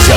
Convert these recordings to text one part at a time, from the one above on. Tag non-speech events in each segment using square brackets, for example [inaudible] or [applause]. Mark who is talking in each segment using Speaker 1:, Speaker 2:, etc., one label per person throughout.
Speaker 1: 想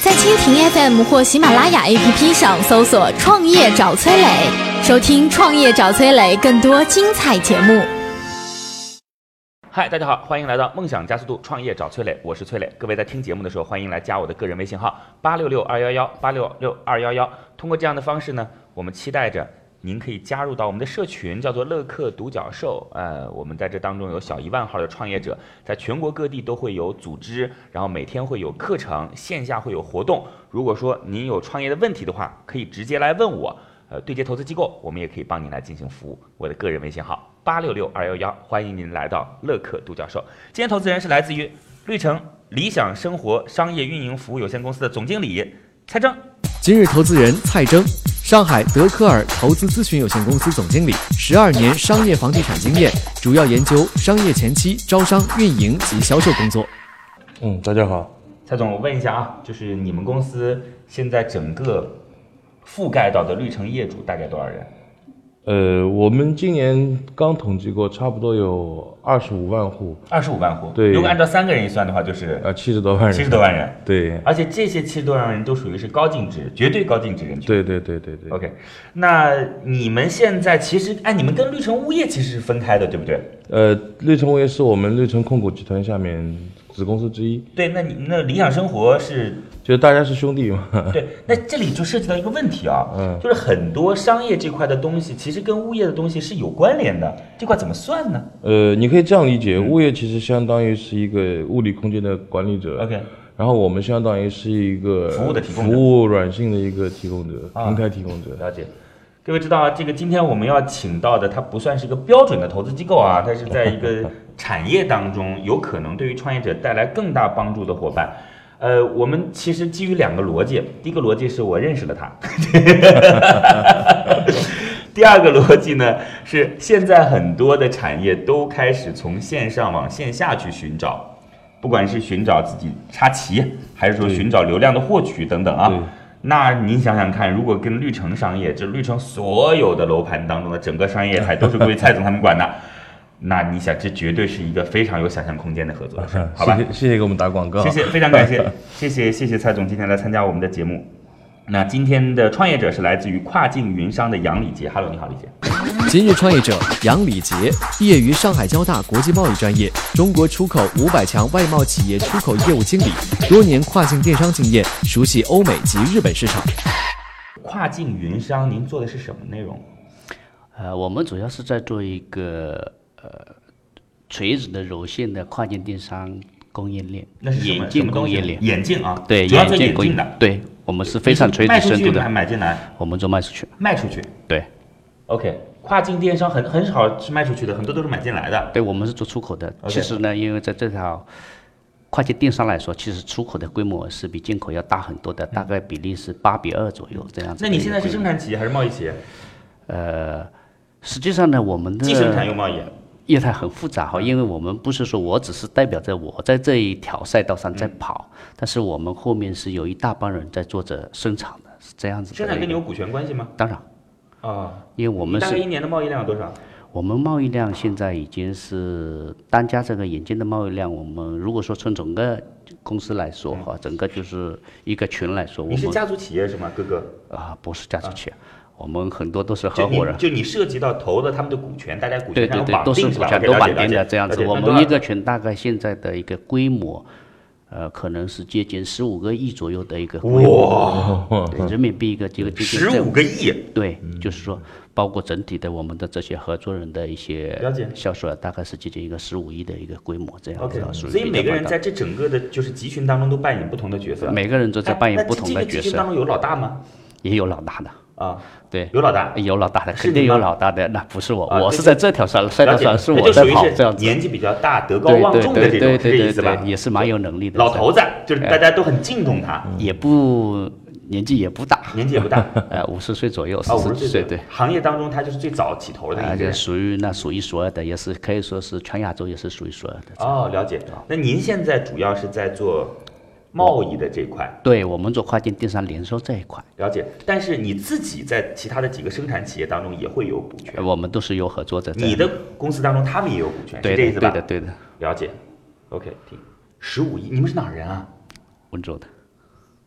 Speaker 2: 在蜻蜓 FM 或喜马拉雅 APP 上搜索“创业找崔磊”，收听“创业找崔磊”更多精彩节目。
Speaker 3: 嗨，大家好，欢迎来到梦想加速度创业找崔磊，我是崔磊。各位在听节目的时候，欢迎来加我的个人微信号八六六二幺幺八六六二幺幺。通过这样的方式呢，我们期待着您可以加入到我们的社群，叫做乐客独角兽。呃，我们在这当中有小一万号的创业者，在全国各地都会有组织，然后每天会有课程，线下会有活动。如果说您有创业的问题的话，可以直接来问我。呃，对接投资机构，我们也可以帮您来进行服务。我的个人微信号八六六二幺幺，欢迎您来到乐客独角兽。今天投资人是来自于绿城理想生活商业运营服务有限公司的总经理蔡正。
Speaker 4: 今日投资人蔡征，上海德科尔投资咨询有限公司总经理，十二年商业房地产经验，主要研究商业前期招商、运营及销售工作。
Speaker 5: 嗯，大家好。
Speaker 3: 蔡总，我问一下啊，就是你们公司现在整个覆盖到的绿城业主大概多少人？
Speaker 5: 呃，我们今年刚统计过，差不多有二十五万户，
Speaker 3: 二十五万户。
Speaker 5: 对
Speaker 3: 如果按照三个人一算的话，就是
Speaker 5: 呃，七十多万人。
Speaker 3: 七十多万人。
Speaker 5: 对。
Speaker 3: 而且这些七十多万人都属于是高净值，绝对高净值人群。
Speaker 5: 对对对对对。
Speaker 3: OK，那你们现在其实，哎，你们跟绿城物业其实是分开的，对不对？
Speaker 5: 呃，绿城物业是我们绿城控股集团下面子公司之一，
Speaker 3: 对，那你那理想生活是，
Speaker 5: 就是大家是兄弟嘛。 [laughs]
Speaker 3: 对，那这里就涉及到一个问题啊，
Speaker 5: 嗯
Speaker 3: 就是很多商业这块的东西，其实跟物业的东西是有关联的，这块怎么算呢
Speaker 5: 呃，你可以这样理解，
Speaker 3: 嗯
Speaker 5: 物业其实相当于是一个物理空间的管理者。
Speaker 3: ？OK，
Speaker 5: 然后我们相当于是一个
Speaker 3: 服务的提供者
Speaker 5: 服务软性的一个提供者，
Speaker 3: 啊
Speaker 5: 平台提供者。
Speaker 3: 了解。各位知道啊，这个今天我们要请到的，它不算是一个标准的投资机构啊，它是在一 [laughs] 个产业当中，有可能对于创业者带来更大帮助的伙伴。呃，我们其实基于两个逻辑，第一个逻辑是我认识了他，第二个逻辑呢是现在很多的产业都开始从线上往线下去寻找，不管是寻找自己插旗，还是说寻找流量的获取等等啊。
Speaker 5: 对
Speaker 3: 那您想想看，如果跟绿城商业，这绿城所有的楼盘当中的整个商业台都是归蔡总他们管的， [laughs] 那你想，这绝对是一个非常有想象空间的合作的事儿， [laughs] 好吧
Speaker 5: 谢？谢谢谢给我们打广告。
Speaker 3: 谢谢，非常感谢，谢谢，谢谢蔡总今天来参加我们的节目。那今天的创业者是来自于跨境云商的杨礼杰，Hello，你好，李杰。
Speaker 4: 今日创业者杨礼杰，毕业于上海交大国际贸易专业，中国出口五百强外贸企业出口业务经理，多年跨境电商经验，熟悉欧美及日本市场。
Speaker 3: 跨境云商，您做的是什么内容？
Speaker 6: 呃，我们主要是在做一个呃垂直的柔性的跨境电商供应链，
Speaker 3: 那是什么
Speaker 6: 眼
Speaker 3: 什
Speaker 6: 镜
Speaker 3: 么东
Speaker 6: 供
Speaker 3: 西
Speaker 6: 应链，
Speaker 3: 眼镜啊，
Speaker 6: 对，
Speaker 3: 主要做眼
Speaker 6: 镜供
Speaker 3: 镜
Speaker 6: 应
Speaker 3: 的，，
Speaker 6: 对，我们是非常垂
Speaker 3: 卖
Speaker 6: 直
Speaker 3: 出
Speaker 6: 深
Speaker 3: 去
Speaker 6: 度
Speaker 3: 还
Speaker 6: 的，
Speaker 3: 买进来，
Speaker 6: 我们做卖出去，
Speaker 3: 卖出去。
Speaker 6: 对，
Speaker 3: OK，跨境电商很很少是卖出去的，很多都是买进来的。
Speaker 6: 对，我们是做出口的。
Speaker 3: OK
Speaker 6: 其实呢，因为在这条跨境电商来说，其实出口的规模是比进口要大很多的，大概比例是八比二左右这样
Speaker 3: 嗯
Speaker 6: 子
Speaker 3: 那
Speaker 6: 的一个规模。
Speaker 3: 你现在是生产企业还是贸易企业？
Speaker 6: 呃，实际上呢，我们的
Speaker 3: 既生产又贸易。
Speaker 6: 业态很复杂哈，
Speaker 3: 嗯
Speaker 6: 因为我们不是说我只是代表着我在这一条赛道上在
Speaker 3: 嗯
Speaker 6: 跑，但是我们后面是有一大帮人在做着生产的，是这样子的一个。
Speaker 3: 生产跟你有股权关系吗？
Speaker 6: 当然，
Speaker 3: 啊，
Speaker 6: 因呃为我们
Speaker 3: 大概一
Speaker 6: 是
Speaker 3: 年的贸易量有多少？
Speaker 6: 我们贸易量现在已经是单家这个眼镜的贸易量，我们如果说从整个公司来说哈，整个就是一个群来说，我
Speaker 3: 嗯你是
Speaker 6: 们
Speaker 3: 家族企业是吗，哥哥？
Speaker 6: 啊不是家族企业，我们很多都是合
Speaker 3: 就
Speaker 6: 伙
Speaker 3: 你
Speaker 6: 人。
Speaker 3: 就你涉及到投了他们的股权，大家股
Speaker 6: 对
Speaker 3: 权上
Speaker 6: 对
Speaker 3: 有
Speaker 6: 对，
Speaker 3: 绑
Speaker 6: 都是
Speaker 3: 定
Speaker 6: 股
Speaker 3: 吧？
Speaker 6: 权
Speaker 3: OK，
Speaker 6: 都
Speaker 3: 了解
Speaker 6: 绑
Speaker 3: 了
Speaker 6: 定
Speaker 3: 解
Speaker 6: 的这样
Speaker 3: 了
Speaker 6: 子。
Speaker 3: 解
Speaker 6: 我
Speaker 3: 那多
Speaker 6: 们
Speaker 3: 少
Speaker 6: 一个群大概现在的一个规模，呃，可能是接近十五个亿左右的一个规模，对人民币一个这个接近
Speaker 3: 嗯十
Speaker 6: 这
Speaker 3: 五个亿，
Speaker 6: 对，就是说包括整体的我们的这些合作人的一些
Speaker 3: 了解
Speaker 6: 销售额，啊大概是接近一个十五亿的一个规模这样
Speaker 3: OK，
Speaker 6: 子啊，属于
Speaker 3: 所以
Speaker 6: 比
Speaker 3: 每个
Speaker 6: 较庞
Speaker 3: 人
Speaker 6: 大
Speaker 3: 在这整个的就是集群当中都扮演不同的角色。
Speaker 6: 每个人都在扮
Speaker 3: 哎
Speaker 6: 演
Speaker 3: 那
Speaker 6: 不
Speaker 3: 这
Speaker 6: 同
Speaker 3: 这
Speaker 6: 的
Speaker 3: 个集
Speaker 6: 角
Speaker 3: 群当
Speaker 6: 色，
Speaker 3: 中有老大吗？
Speaker 6: 也有老大的，
Speaker 3: 啊，
Speaker 6: 对。
Speaker 3: 有老大，
Speaker 6: 有老大的，
Speaker 3: 是
Speaker 6: 肯
Speaker 3: 你
Speaker 6: 定有
Speaker 3: 吗
Speaker 6: 老大的，那不是我，
Speaker 3: 啊
Speaker 6: 我
Speaker 3: 对
Speaker 6: 是
Speaker 3: 对
Speaker 6: 在这条上赛道
Speaker 3: 了解
Speaker 6: 上是
Speaker 3: 那
Speaker 6: 我
Speaker 3: 就
Speaker 6: 在
Speaker 3: 属于
Speaker 6: 跑
Speaker 3: 是
Speaker 6: 这样子。
Speaker 3: 年纪比较大、德高
Speaker 6: 对
Speaker 3: 望
Speaker 6: 对
Speaker 3: 重的
Speaker 6: 对
Speaker 3: 这
Speaker 6: 对
Speaker 3: 种，是
Speaker 6: 对
Speaker 3: 这
Speaker 6: 对
Speaker 3: 意思吧
Speaker 6: 对，？也是蛮有能力的哎嗯
Speaker 3: 老头子就是大家都很敬重他，
Speaker 6: 也不年纪也不大，
Speaker 1: 年纪也
Speaker 6: [laughs]
Speaker 1: 不大啊，
Speaker 6: 呃，五十岁左右，四
Speaker 1: 五
Speaker 6: 十
Speaker 1: 十
Speaker 6: 几
Speaker 1: 岁
Speaker 6: 岁，对，哎
Speaker 1: 行业当中他就是最早起头的
Speaker 6: 而
Speaker 1: 一个
Speaker 6: 且
Speaker 1: 人。
Speaker 6: 属于那数一数二的，也是可以说是全亚洲也是数一数二的。
Speaker 1: 哦，了解。
Speaker 6: 啊
Speaker 1: 那您现在主要是在做贸易的这一块，
Speaker 6: 对我们做跨境电商零售这一块，
Speaker 1: 了解。但是你自己在其他的几个生产企业当中也会有股权，
Speaker 6: 呃我们都是有合作者在。
Speaker 1: 你的公司当中他们也有股权，
Speaker 6: 对
Speaker 1: 是这意思
Speaker 6: 的，对
Speaker 1: 吧？
Speaker 6: 的，对的，
Speaker 1: 了解。OK，听。十五亿，你们是哪儿人啊？
Speaker 6: 温州的。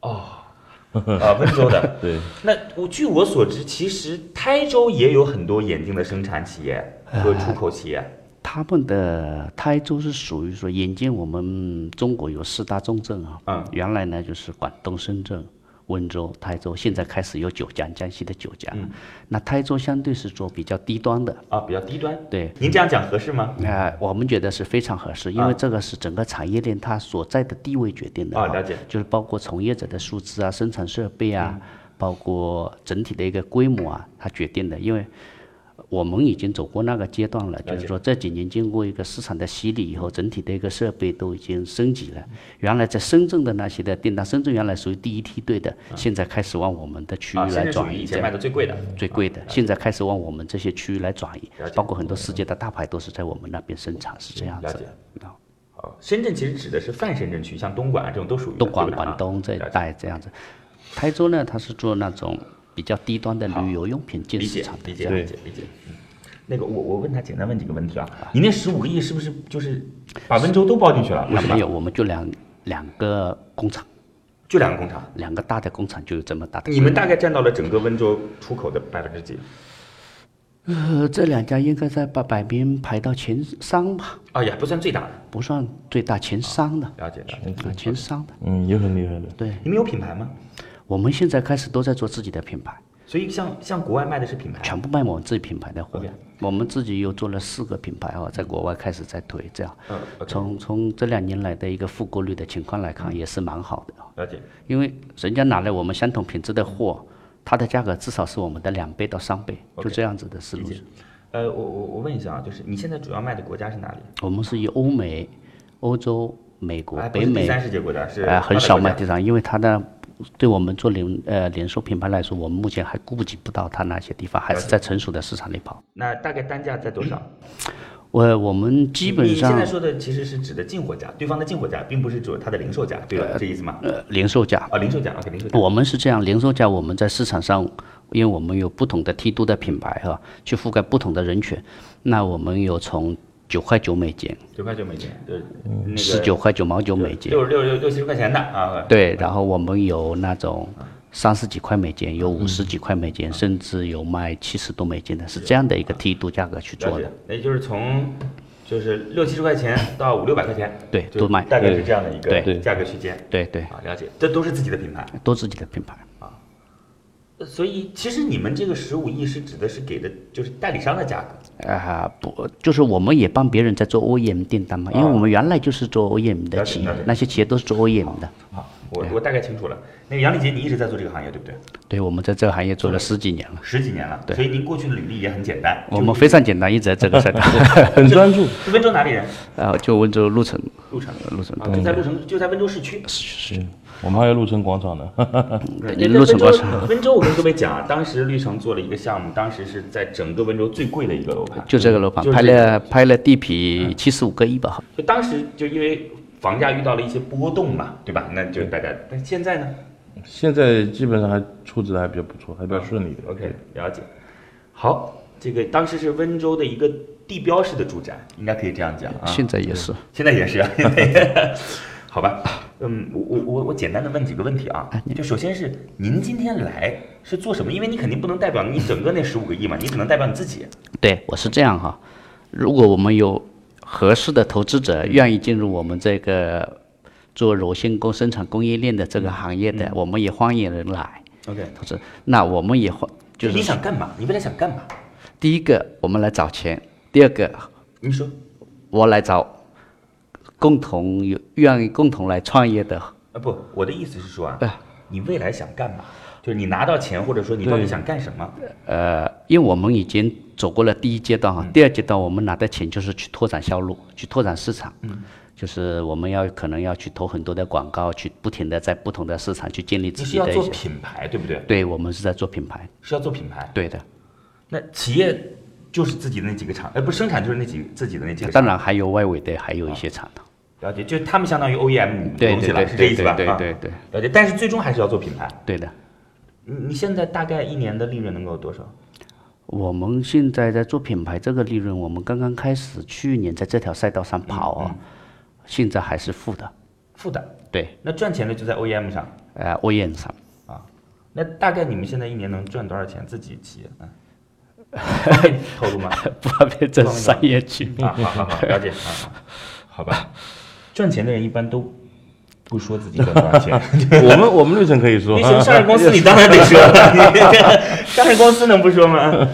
Speaker 6: 嗯
Speaker 1: 啊，温州
Speaker 6: [laughs]
Speaker 1: 的。
Speaker 5: 对，
Speaker 1: 那我据我所知，其实台州也有很多眼镜的生产企业
Speaker 6: 哎
Speaker 1: 和出口企业。
Speaker 6: 他们的台州是属于说，引进我们中国有四大重镇啊。
Speaker 1: 嗯
Speaker 6: 原来呢就是广东深圳、温州、台州，现在开始有九江，江西的九江。那台州相对是做比较低端的，
Speaker 1: 啊，比较低端。
Speaker 6: 对。
Speaker 1: 您这样讲合适吗？
Speaker 6: 那、呃我们觉得是非常合适，因为这个是整个产业链它所在的地位决定的
Speaker 1: 啊了解嗯
Speaker 6: 就是包括从业者的素质啊、生产设备啊，包括整体的一个规模啊，它决定的。因为我们已经走过那个阶段了，就是说这几年经过一个市场的洗礼以后，整体的一个设备都已经升级了。
Speaker 1: 嗯
Speaker 6: 原来在深圳的那些的订单，深圳原来属于第一梯队的，现在开始往我们的区域
Speaker 1: 啊，深
Speaker 6: 来
Speaker 1: 圳属
Speaker 6: 转
Speaker 1: 于
Speaker 6: 移。
Speaker 1: 以
Speaker 6: 这
Speaker 1: 前
Speaker 6: 样
Speaker 1: 卖的最贵的。
Speaker 6: 最贵的，现在开始往我们这些区域来转移
Speaker 1: 啊了解，
Speaker 6: 包括很多世界的大牌都是在我们那边生产，是这样
Speaker 1: 了
Speaker 6: 子
Speaker 1: 解
Speaker 6: 的。啊
Speaker 1: 好，深圳其实指的是泛深圳区，像东莞啊这种都属于的
Speaker 6: 东莞、
Speaker 1: 对不对啊
Speaker 6: 广东这一
Speaker 1: 了解
Speaker 6: 带这样子。台州呢，它是做那种比较低端的旅游用品进
Speaker 1: 理
Speaker 6: 市
Speaker 1: 解
Speaker 6: 场的
Speaker 1: 理
Speaker 6: 这
Speaker 1: 解
Speaker 6: 样。
Speaker 1: 理解理解。嗯那个我我问他简单问几个问题啊，您那十五个亿是不是就是把温州都包进去了？不
Speaker 6: 那
Speaker 1: 是吧
Speaker 6: 没？有，我们就两两个工厂，
Speaker 1: 就两个工厂。
Speaker 6: 两个大的工厂就有这么大的规模。
Speaker 1: 你们大概占到了整个温州出口的百分之几？
Speaker 6: 呃，这两家应该在百百名排到前三吧，
Speaker 1: 啊，也不算最大的。
Speaker 6: 哎不算最大，前三的，
Speaker 1: 了解了解。
Speaker 6: 啊，前三的。
Speaker 5: 嗯，也很厉害的。
Speaker 3: [laughs]
Speaker 6: 对，
Speaker 1: 你们有品牌吗？
Speaker 6: 我们现在开始都在做自己的品牌。
Speaker 1: 所以像像国外卖的是品牌，
Speaker 6: 全部卖我们自己品牌的货
Speaker 1: OK。
Speaker 6: 我们自己又做了四个品牌啊，在国外开始在推，这样
Speaker 1: 嗯，OK 嗯
Speaker 6: 从从这两年来的一个复购率的情况来看，也是蛮好的啊。
Speaker 1: 了解。
Speaker 6: 因为人家拿来我们相同品质的货，它的价格至少是我们的两倍到三倍，就这样子的思路。
Speaker 1: 呃，我我我问一下啊，就是你现在主要卖的国家是哪里？
Speaker 6: 我们是以欧美、欧洲、美国
Speaker 1: 哎、不
Speaker 6: 北
Speaker 1: 是第
Speaker 6: 美
Speaker 1: 三世界国家是
Speaker 6: 呃很
Speaker 1: 发达
Speaker 6: 少
Speaker 1: 国
Speaker 6: 卖
Speaker 1: 家
Speaker 6: 地上，因为它的对我们做零呃零售品牌来说，我们目前还顾及不到它那些地方，还是在成熟的市场里跑。
Speaker 1: 那大概单价在多少？
Speaker 6: 我我们基本
Speaker 1: 你
Speaker 6: 上
Speaker 1: 现在说的其实是指的进货价，对方的进货价，并不是指它的零售价，对吧？这意思吗？
Speaker 6: 呃，零售价。
Speaker 1: 啊，零售价，OK，零售价。
Speaker 6: 我们是这样，零售价我们在市场上，因为我们有不同的梯度的品牌哈、去覆盖不同的人群。那我们有从九块九美金，
Speaker 1: 九块九美金，对，那个
Speaker 6: 嗯十九块九毛九美金，
Speaker 1: 六六六六七十块钱的啊。
Speaker 6: 对，然后我们有那种三十几块美金，
Speaker 1: 嗯
Speaker 6: 有五十几块美金，甚至有卖七十多美金的，是这样的一个梯度价格去
Speaker 1: 了
Speaker 6: 做
Speaker 1: 解
Speaker 6: 的。，
Speaker 1: 那就是从就是六七十块钱到五六百块钱，
Speaker 6: 对
Speaker 1: 就
Speaker 6: 都卖嗯
Speaker 1: 大概是这样的一
Speaker 6: 对
Speaker 1: 个
Speaker 5: 对
Speaker 1: 价格区间。
Speaker 6: 对对，
Speaker 1: 啊，了解，这都是自己的品牌。
Speaker 6: 都自己的品牌。
Speaker 1: 呃所以其实你们这个十五亿是指的是给的就是代理商的价格，
Speaker 6: 啊、不，就是我们也帮别人在做 OEM 订单嘛，因为我们原来就是做 OEM 的
Speaker 1: 啊了解
Speaker 6: 企业
Speaker 1: 了解，
Speaker 6: 那些企业都是做 OEM 的。
Speaker 1: 好，啊我我大概清楚了。那个杨丽杰，你一直在做这个行业，对不对？
Speaker 6: 对，我们在这个行业做了十几年了，
Speaker 1: 十几年了，
Speaker 6: 对
Speaker 1: 所以您过去的履历也很简单。
Speaker 6: 我们非常简单，一直在
Speaker 1: [laughs]
Speaker 6: 这个赛道。
Speaker 5: 很专注，
Speaker 1: 是温州哪里人？
Speaker 6: 呃，就温州鹿城，
Speaker 1: 鹿城，
Speaker 6: 鹿城
Speaker 1: 啊，就在鹿城，就在温州市区。
Speaker 5: 我们还有鹿城广场呢。
Speaker 1: 对
Speaker 6: 鹿城
Speaker 1: 温
Speaker 6: 广
Speaker 1: 州
Speaker 6: 场，
Speaker 1: 温州，我跟各位讲啊，当时绿城做了一个项目，当时是在整个温州最贵的一个楼盘，
Speaker 6: 就这个楼盘
Speaker 1: 就是
Speaker 6: 拍
Speaker 1: 这个嗯
Speaker 6: 了拍了地皮七十五个亿吧，
Speaker 1: 就当时就因为房价遇到了一些波动嘛，对吧？那就大家，但现在呢
Speaker 5: [laughs] 现在基本上还处置的还比较不错，还比较顺利的。
Speaker 1: ？OK，了解。好，这个当时是温州的一个地标式的住宅，应该可以这样讲啊。
Speaker 6: 现在也是。
Speaker 1: 现在也是啊，现在也 [laughs] 好吧。嗯，我我我我简单的问几个问题啊，
Speaker 6: 哎
Speaker 1: 就首先是您今天来是做什么？因为你肯定不能代表你整个那十五个亿嘛，你只能代表你自己。
Speaker 6: 对我是这样哈，如果我们有合适的投资者愿意进入我们这个做柔性工生产供应链的这个行业
Speaker 1: 嗯
Speaker 6: 的，我们也欢迎人来
Speaker 1: OK，
Speaker 6: 投资。那我们也欢就
Speaker 1: 你
Speaker 6: 是
Speaker 1: 想干嘛？你未来想干嘛？
Speaker 6: 第一个我们来找钱，第二个
Speaker 1: 你说
Speaker 6: 我来找共同有愿意共同来创业的。
Speaker 1: 啊，不，我的意思是说啊
Speaker 6: 哎，
Speaker 1: 你未来想干嘛？就是你拿到钱，或者说你到底想干什么？
Speaker 6: 呃，因为我们已经走过了第一阶段啊
Speaker 1: 嗯
Speaker 6: 哈，第二阶段我们拿的钱就是去拓展销路，去拓展市场，
Speaker 1: 嗯
Speaker 6: 就是我们要可能要去投很多的广告，去不停的在不同的市场去建立自
Speaker 1: 你是
Speaker 6: 己
Speaker 1: 要
Speaker 6: 的一
Speaker 1: 做
Speaker 6: 些。
Speaker 1: 品牌，对不对？
Speaker 6: 对，我们是在做品牌，
Speaker 1: 是要做品牌。
Speaker 6: 对的。
Speaker 1: 那企业就是自己的那几个厂，呃，不生产就是那几自己的那几个厂。
Speaker 6: 当然还有外围的，还有一些厂的。
Speaker 1: 了解，就他们相当于 OEM 你们的
Speaker 6: 对
Speaker 1: 东西
Speaker 6: 对
Speaker 1: 了，
Speaker 6: 对
Speaker 1: 是这意
Speaker 6: 对
Speaker 1: 思吧？
Speaker 6: 对对
Speaker 1: 啊
Speaker 6: 对对
Speaker 1: 了解，但是最终还是要做品牌。
Speaker 6: 对的。
Speaker 1: 你你现在大概一年的利润能够有多少？
Speaker 6: 我们现在在做品牌这个利润，我们刚刚开始，去年在这条赛道上跑啊、
Speaker 1: 嗯
Speaker 6: 现在还是负的。
Speaker 1: 负的。
Speaker 6: 对，
Speaker 1: 那赚钱的就在 OEM 上。
Speaker 6: 呃
Speaker 1: [laughs]
Speaker 6: ，OEM 上，
Speaker 1: 啊那大概你们现在一年能赚多少钱？自己企业，嗯，方便透露吗？
Speaker 6: 不方便在商业区。
Speaker 1: 啊，好好好，了解，啊，好好吧。赚钱的人一般都不说自己赚多少钱，
Speaker 5: 我们我 [laughs] 们绿城可以说
Speaker 1: 你，什么上市公司，你当然得说了。你这上市公司能不说吗？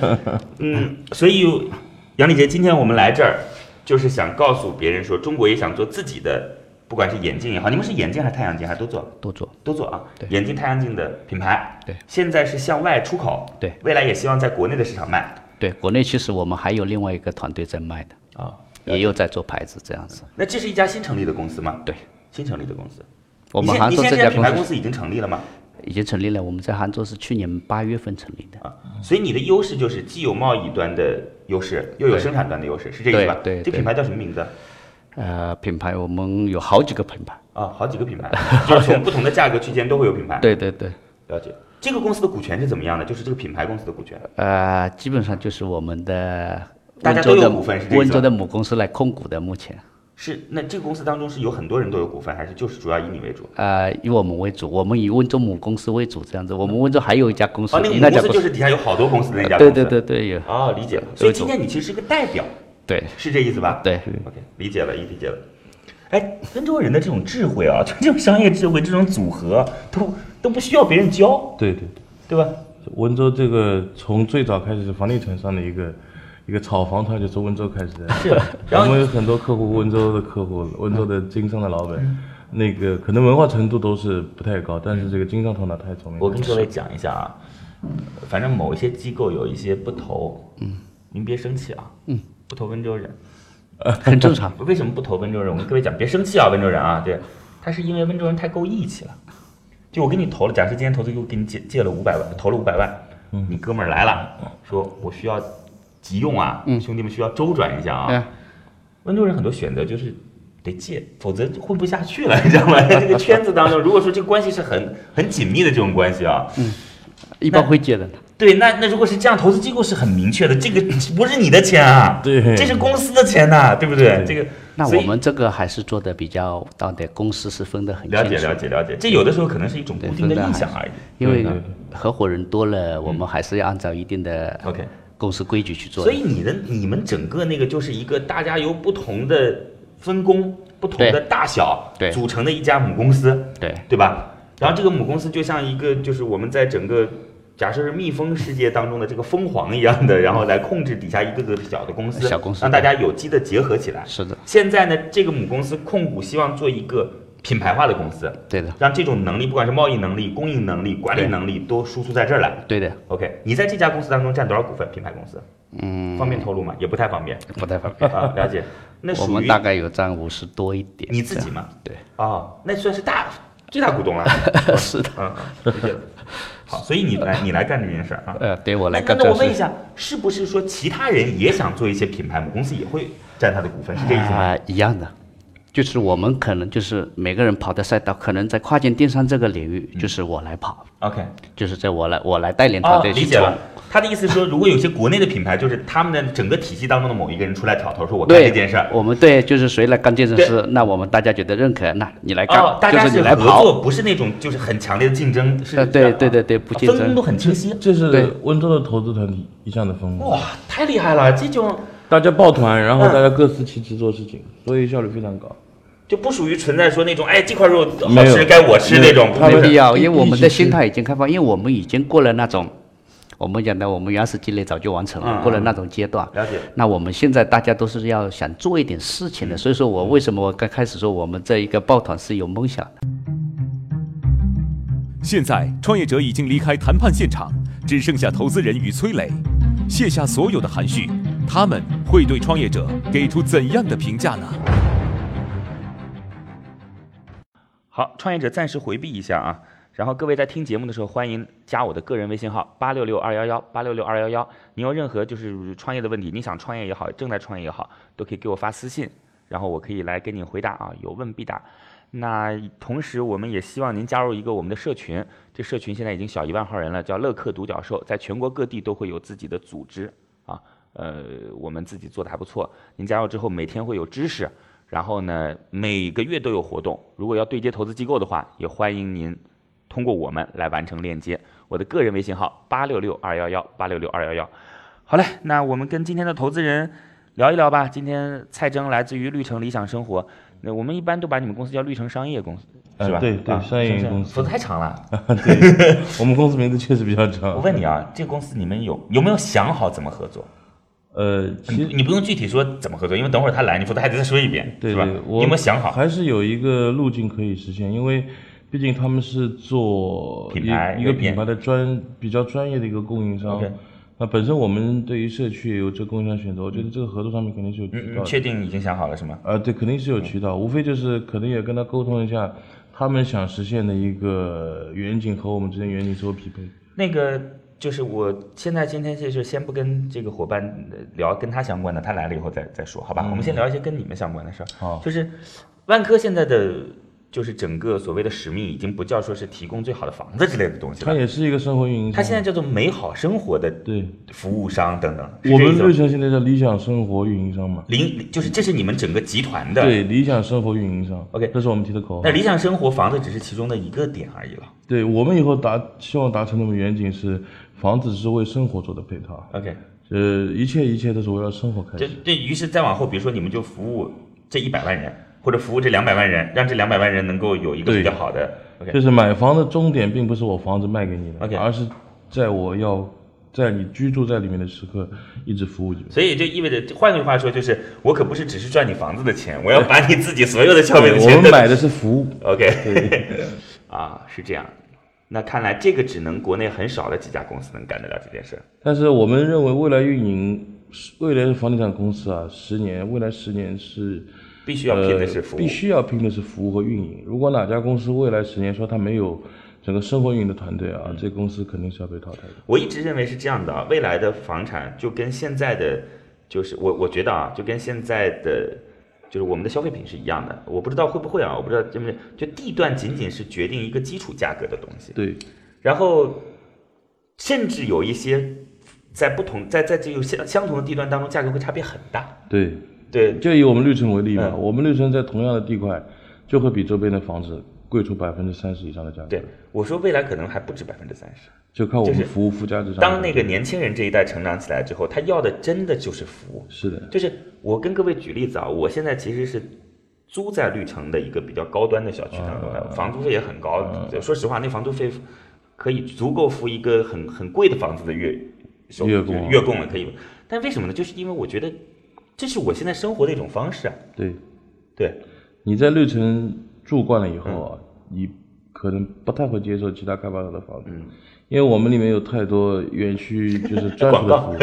Speaker 1: 嗯，所以杨丽杰，今天我们来这儿，就是想告诉别人说，中国也想做自己的，不管是眼镜也好，你们是眼镜还是太阳镜，还是都做？
Speaker 6: 多做，
Speaker 1: 都做啊。
Speaker 6: 对
Speaker 1: 眼镜、太阳镜的品牌，
Speaker 6: 对
Speaker 1: 现在是向外出口，
Speaker 6: 对
Speaker 1: 未来也希望在国内的市场卖。
Speaker 6: 对，国内其实我们还有另外一个团队在卖的，
Speaker 1: 啊，
Speaker 6: 也有在做牌子这样子。
Speaker 1: 那这是一家新成立的公司吗？
Speaker 6: 对，
Speaker 1: 新成立的公司。
Speaker 6: 我
Speaker 1: 你
Speaker 6: 们
Speaker 1: 现
Speaker 6: 杭
Speaker 1: 你
Speaker 6: 州
Speaker 1: 现
Speaker 6: 这
Speaker 1: 在
Speaker 6: 家
Speaker 1: 品牌公
Speaker 6: 公司
Speaker 1: 司已经成立了吗？
Speaker 6: 已经成立了，我们在杭州是去年八月份成立的。
Speaker 1: 啊，所以你的优势就是既有贸易端的优势，又有
Speaker 6: 对
Speaker 1: 生产端的优势，是这个意思吧？
Speaker 6: 对对
Speaker 1: 这品牌叫什么名字？
Speaker 6: 呃，品牌我们有好几个品牌。
Speaker 1: 啊，好几个品
Speaker 6: [laughs]
Speaker 1: 牌，就是从不同的价格区间都会有品牌。，
Speaker 6: 对对对，
Speaker 1: 了解。这个公司的股权是怎么样的？就是这个品牌公司的股权。
Speaker 6: 呃，基本上就是我们的
Speaker 1: 大
Speaker 6: 温
Speaker 1: 家
Speaker 6: 州
Speaker 1: 都有
Speaker 6: 的
Speaker 1: 股份是这意思吧
Speaker 6: 温州的母公司来控股的，目前。
Speaker 1: 是，那这个公司当中是有很多人都有股份，还是就是主要以你为主？
Speaker 6: 呃，以我们为主，我们以温州母公司为主，这样子。我们温州还有一家公司，
Speaker 1: 哦，那个母
Speaker 6: 那
Speaker 1: 公
Speaker 6: 家
Speaker 1: 司就是底下有好多公司的那家公
Speaker 6: 对
Speaker 1: 司。
Speaker 6: 对对对，有
Speaker 1: 哦，理解。
Speaker 6: 有
Speaker 1: 所以
Speaker 6: 一
Speaker 1: 今
Speaker 6: 种
Speaker 1: 天你其实是个代表，
Speaker 6: 对
Speaker 1: 是这意思吧？
Speaker 6: 对，
Speaker 1: OK，理解了，一理解了。哎，温州人的这种智慧啊， [laughs] 就这种商业智慧，这种组合都都不需要别人教，
Speaker 5: [laughs] 对对对，
Speaker 1: 对吧？
Speaker 5: 温州这个从最早开始是房地产上的一个一个炒房团， [laughs] 就是啊温州开始的。
Speaker 1: 是。然
Speaker 5: 我
Speaker 1: 后
Speaker 5: 们有很多客户，温州的客户，温州的经商的老板，那个可能文化程度都是不太高，但是这个经商头脑太聪明了。
Speaker 1: 我跟各位讲一下啊，反正某一些机构有一些不投，嗯，您别生气啊，嗯，不投温州人，
Speaker 6: 很正 [laughs] 常。
Speaker 1: 为什么不投温州人？我跟各位讲，别生气啊，温州人啊，对，他是因为温州人太够义气了。就我给你投了，假设今天投资给我给你借借了五百万，投了五百万，
Speaker 6: 嗯
Speaker 1: 你哥们儿来了，说我需要急用啊，兄弟们需要周转一下啊。
Speaker 6: 嗯
Speaker 1: 温州人很多选择就是得借，否则混不下去了，你知道吗？
Speaker 6: [laughs]
Speaker 1: 在这个圈子当中，如果说这个关系是很很紧密的这种关系啊，
Speaker 6: 一般会借的。
Speaker 1: 对，那那如果是这样，投资机构是很明确的，这个不是你的钱啊，
Speaker 5: 对
Speaker 1: 这是公司的钱呐、对不对？这个，
Speaker 6: 那
Speaker 1: 所以
Speaker 6: 我们这个还是做的比较，到底公司是分得很清
Speaker 1: 了
Speaker 6: 楚。
Speaker 1: 解了解嗯了解，这有的时候可能是一种固
Speaker 6: 对
Speaker 1: 定的
Speaker 6: 分得
Speaker 1: 印
Speaker 6: 还
Speaker 1: 象
Speaker 6: 是
Speaker 1: 而已。
Speaker 6: 因为
Speaker 5: 对对对
Speaker 6: 合伙人多了，我们还是要按照一定的
Speaker 1: 嗯 OK
Speaker 6: 公司规矩去做
Speaker 1: 所
Speaker 6: 的。
Speaker 1: 以你的你们整个那个就是一个大家由不同的分工、不同的
Speaker 6: 对
Speaker 1: 大小
Speaker 6: 对
Speaker 1: 组成的一家母公司，
Speaker 6: 对
Speaker 1: 对吧？然后这个母公司就像一个就是我们在整个假设是蜜蜂世界当中的这个蜂皇一样的，然后来控制底下一个个小的公司，
Speaker 6: 小公司
Speaker 1: 让大家有机的结合起来。
Speaker 6: 是的，
Speaker 1: 现在呢，这个母公司控股希望做一个品牌化的公司，
Speaker 6: 对的，
Speaker 1: 让这种能力，不管是贸易能力、供应能力、管理能力，都输出在这儿来。
Speaker 6: 对的，
Speaker 1: OK，你在这家公司当中占多少股份？品牌公司，嗯，方便透露吗？也不太
Speaker 6: [laughs]
Speaker 1: 方便
Speaker 6: 不太方
Speaker 1: [laughs]
Speaker 6: 便。
Speaker 1: 啊。了解，那
Speaker 6: 我
Speaker 1: 属
Speaker 6: 们
Speaker 1: 于
Speaker 6: 大概有占五十多一点。
Speaker 1: 你自己
Speaker 6: 这样？
Speaker 1: 吗？
Speaker 6: 对，
Speaker 1: 哦，那算是大最大股东了。
Speaker 6: [laughs] 是的。
Speaker 1: 嗯，嗯理解了。好，所以你来你来干这件事儿啊。
Speaker 6: 呃，对 [laughs] 我
Speaker 1: 那
Speaker 6: 来干
Speaker 1: 那
Speaker 6: 这
Speaker 1: 我问一
Speaker 6: 事。
Speaker 1: 下，是不是说其他人也想做一些品牌，母公司也会占他的股份，是这意思吗？
Speaker 6: 啊、一样的，就是我们可能就是每个人跑的赛道，可能在跨境电商这个领域，就是我来跑，
Speaker 1: ？OK，
Speaker 6: 就是在我来我来带领团
Speaker 1: 嗯哦，
Speaker 6: 队
Speaker 1: 理
Speaker 6: 去
Speaker 1: 解
Speaker 6: 做。
Speaker 1: 了。他的意思是说，如果有些国内的品牌，就是他们的整个体系当中的某一个人出来挑头，说我干
Speaker 6: 对
Speaker 1: 这件事儿。
Speaker 6: 我们对就是谁来干这件事
Speaker 1: 对，
Speaker 6: 那我们大家觉得认可，那你来干，
Speaker 1: 哦，大家
Speaker 6: 就是你来
Speaker 1: 合
Speaker 6: 跑。
Speaker 1: 作，不是那种就是很强烈的竞争，是
Speaker 6: 呃
Speaker 1: 这样
Speaker 6: 对
Speaker 1: 吗
Speaker 6: 对对对，不竞
Speaker 1: 分工
Speaker 6: 争嗯
Speaker 1: 都。很清晰。
Speaker 5: 这
Speaker 6: 对
Speaker 5: 是温州的投资团体一向的风格，
Speaker 1: 哇，太厉害了！这种
Speaker 5: 大家抱团，然后
Speaker 1: 嗯
Speaker 5: 大家各司其职做事情，所以效率非常高。
Speaker 1: 就不属于存在说那种，哎，这块肉好
Speaker 5: 没有
Speaker 1: 吃该我吃那种，
Speaker 5: 他
Speaker 6: 没
Speaker 5: 们
Speaker 6: 必要，因为
Speaker 5: 一
Speaker 6: 我们的心
Speaker 5: 一起
Speaker 6: 态已经开放，因为我们已经过了那种，我们讲的我们原始积累早就完成了，
Speaker 1: 嗯
Speaker 6: 过了那种阶段。
Speaker 1: 了解。嗯
Speaker 6: 那我们现在大家都是要想做一点事情的，所以说我为什么我刚开始说我们这一个抱团是有梦想的，
Speaker 3: 现在，创业者已经离开谈判现场，只剩下投资人与崔磊。卸下所有的含蓄，他们会对创业者给出怎样的评价呢？
Speaker 1: 好，创业者暂时回避一下啊。然后各位在听节目的时候，欢迎加我的个人微信号八六六二幺幺八六六二幺幺。你有任何就是创业的问题，你想创业也好，正在创业也好，都可以给我发私信，然后我可以来跟你回答啊，有问必答。那同时，我们也希望您加入一个我们的社群，这社群现在已经小一万号人了，叫乐客独角兽，在全国各地都会有自己的组织啊。呃，我们自己做的还不错，您加入之后每天会有知识，然后呢每个月都有活动。如果要对接投资机构的话，也欢迎您通过我们来完成链接。我的个人微信号八六六二幺幺八六六二幺幺。好嘞，那我们跟今天的投资人聊一聊吧。今天蔡征来自于绿城理想生活，那我们一般都把你们公司叫绿城商业公司，
Speaker 5: 呃
Speaker 1: 是吧？
Speaker 5: 对对
Speaker 1: 啊
Speaker 5: 商业公司
Speaker 1: 否则太长了。
Speaker 5: 我们公司名字确实比较
Speaker 1: 我
Speaker 5: 长。
Speaker 1: 问你啊，这个公司你们有有没有想好怎么合作？
Speaker 5: 呃，其
Speaker 1: 你
Speaker 5: 实
Speaker 1: 你不用具体说怎么合作，因为等会儿他来，你否则还得再说一遍，
Speaker 5: 对
Speaker 1: 是吧？
Speaker 5: 对，我
Speaker 1: 你有没有想好？
Speaker 5: 还是有一个路径可以实现，因为毕竟他们是做
Speaker 1: 品
Speaker 5: 一
Speaker 1: 牌
Speaker 5: 一
Speaker 1: 有
Speaker 5: 个
Speaker 1: 点
Speaker 5: 品牌的专比较专业的一个供应商
Speaker 1: OK。
Speaker 5: 那本身我们对于社区也有这个供应商选择，我觉得这个合作上面肯定是有渠
Speaker 1: 嗯
Speaker 5: 道
Speaker 1: 嗯，
Speaker 5: 的。
Speaker 1: 确嗯定已经想好了是吗？
Speaker 5: 啊，对，肯定是有渠道，无非就是可能也跟他沟通一下，他们想实现的一个远景和我们之间远景是否匹配。
Speaker 1: 那个就是我现在今天就是先不跟这个伙伴呃聊跟他相关的，他来了以后再再说，好吧？我们先聊一些跟你们相关的事儿。
Speaker 5: 嗯好
Speaker 1: 就是万科现在的就是整个所谓的使命，已经不叫说是提供最好的房子之类的东西
Speaker 5: 它
Speaker 1: 了，
Speaker 5: 也是一个生活运营商。
Speaker 1: 它现在叫做美好生活的
Speaker 5: 对，
Speaker 1: 服务商等等。是
Speaker 5: 我
Speaker 1: 这
Speaker 5: 们
Speaker 1: 意思吗
Speaker 5: 绿城现在叫理想生活运营商嘛？
Speaker 1: 零就是这是你们整个集团的。
Speaker 5: 对，理想生活运营商。
Speaker 1: OK
Speaker 5: 这是我们提的口号
Speaker 1: 那。理想生活房子只是其中的一个点而已了。
Speaker 5: 对我们以后达希望达成的远景是，房子是为生活做的配套，
Speaker 1: OK，
Speaker 5: 呃，一切一切都是围绕生活开
Speaker 1: 这
Speaker 5: 始。
Speaker 1: 这于是再往后，比如说你们就服务这一百万人，或者服务这两百万人，让这两百万人能够有一个
Speaker 5: 对
Speaker 1: 比较好的 OK
Speaker 5: 就是买房的终点并不是我房子卖给你的
Speaker 1: OK
Speaker 5: 而是在我要在你居住在里面的时刻一直服务你。
Speaker 1: 所以就意味着，换句话说，就是我可不是只是赚你房子的钱，我要把你自己所有的消费的
Speaker 5: 对，我
Speaker 1: 钱
Speaker 5: 们
Speaker 1: 都
Speaker 5: 买的是服务。
Speaker 1: OK，啊， [laughs] 是这样。那看来这个只能国内很少的几家公司能干得了这件事儿。
Speaker 5: 但是我们认为未来运营，未来的房地产公司啊，十年未来十年是
Speaker 1: 必须要拼的是服务，
Speaker 5: 呃，必须要拼的是服务和运营。如果哪家公司未来十年说它没有整个生活运营的团队
Speaker 1: 嗯
Speaker 5: 啊，这公司肯定是要被淘汰的。
Speaker 1: 我一直认为是这样的啊，未来的房产就跟现在的，就是我我觉得啊，就跟现在的，就是我们的消费品是一样的。我不知道会不会啊，我不知道这么就地段仅仅是决定一个基础价格的东西，
Speaker 5: 对，
Speaker 1: 然后甚至有一些在不同在在这个相相同的地段当中，价格会差别很大。
Speaker 5: 对，
Speaker 1: 对，
Speaker 5: 就以我们绿城为例吧，
Speaker 1: 嗯
Speaker 5: 我们绿城在同样的地块，就会比周边的房子贵出百分之三十以上的价格。
Speaker 1: 对，我说未来可能还不止百分之三十。
Speaker 5: 就看我
Speaker 1: 就
Speaker 5: 们
Speaker 1: 是
Speaker 5: 服务附加值上。
Speaker 1: 当那个年轻人这一代成长起来之后，他要的真的就是服务。
Speaker 5: 是的，
Speaker 1: 就是我跟各位举例子啊，我现在其实是租在绿城的一个比较高端的小区当
Speaker 5: 嗯
Speaker 1: 中的，啊房租费也很高。说实话，那房租费可以足够付一个很很贵的房子的月收
Speaker 5: 月供啊
Speaker 1: 月供了，可以。但为什么呢？就是因为我觉得这是我现在生活的一种方式啊。
Speaker 5: 对，
Speaker 1: 对，
Speaker 5: 你在绿城住惯了以后啊，你可能不太会接受其他开发商的房子，因为我们里面有太多园区就是专属的服务，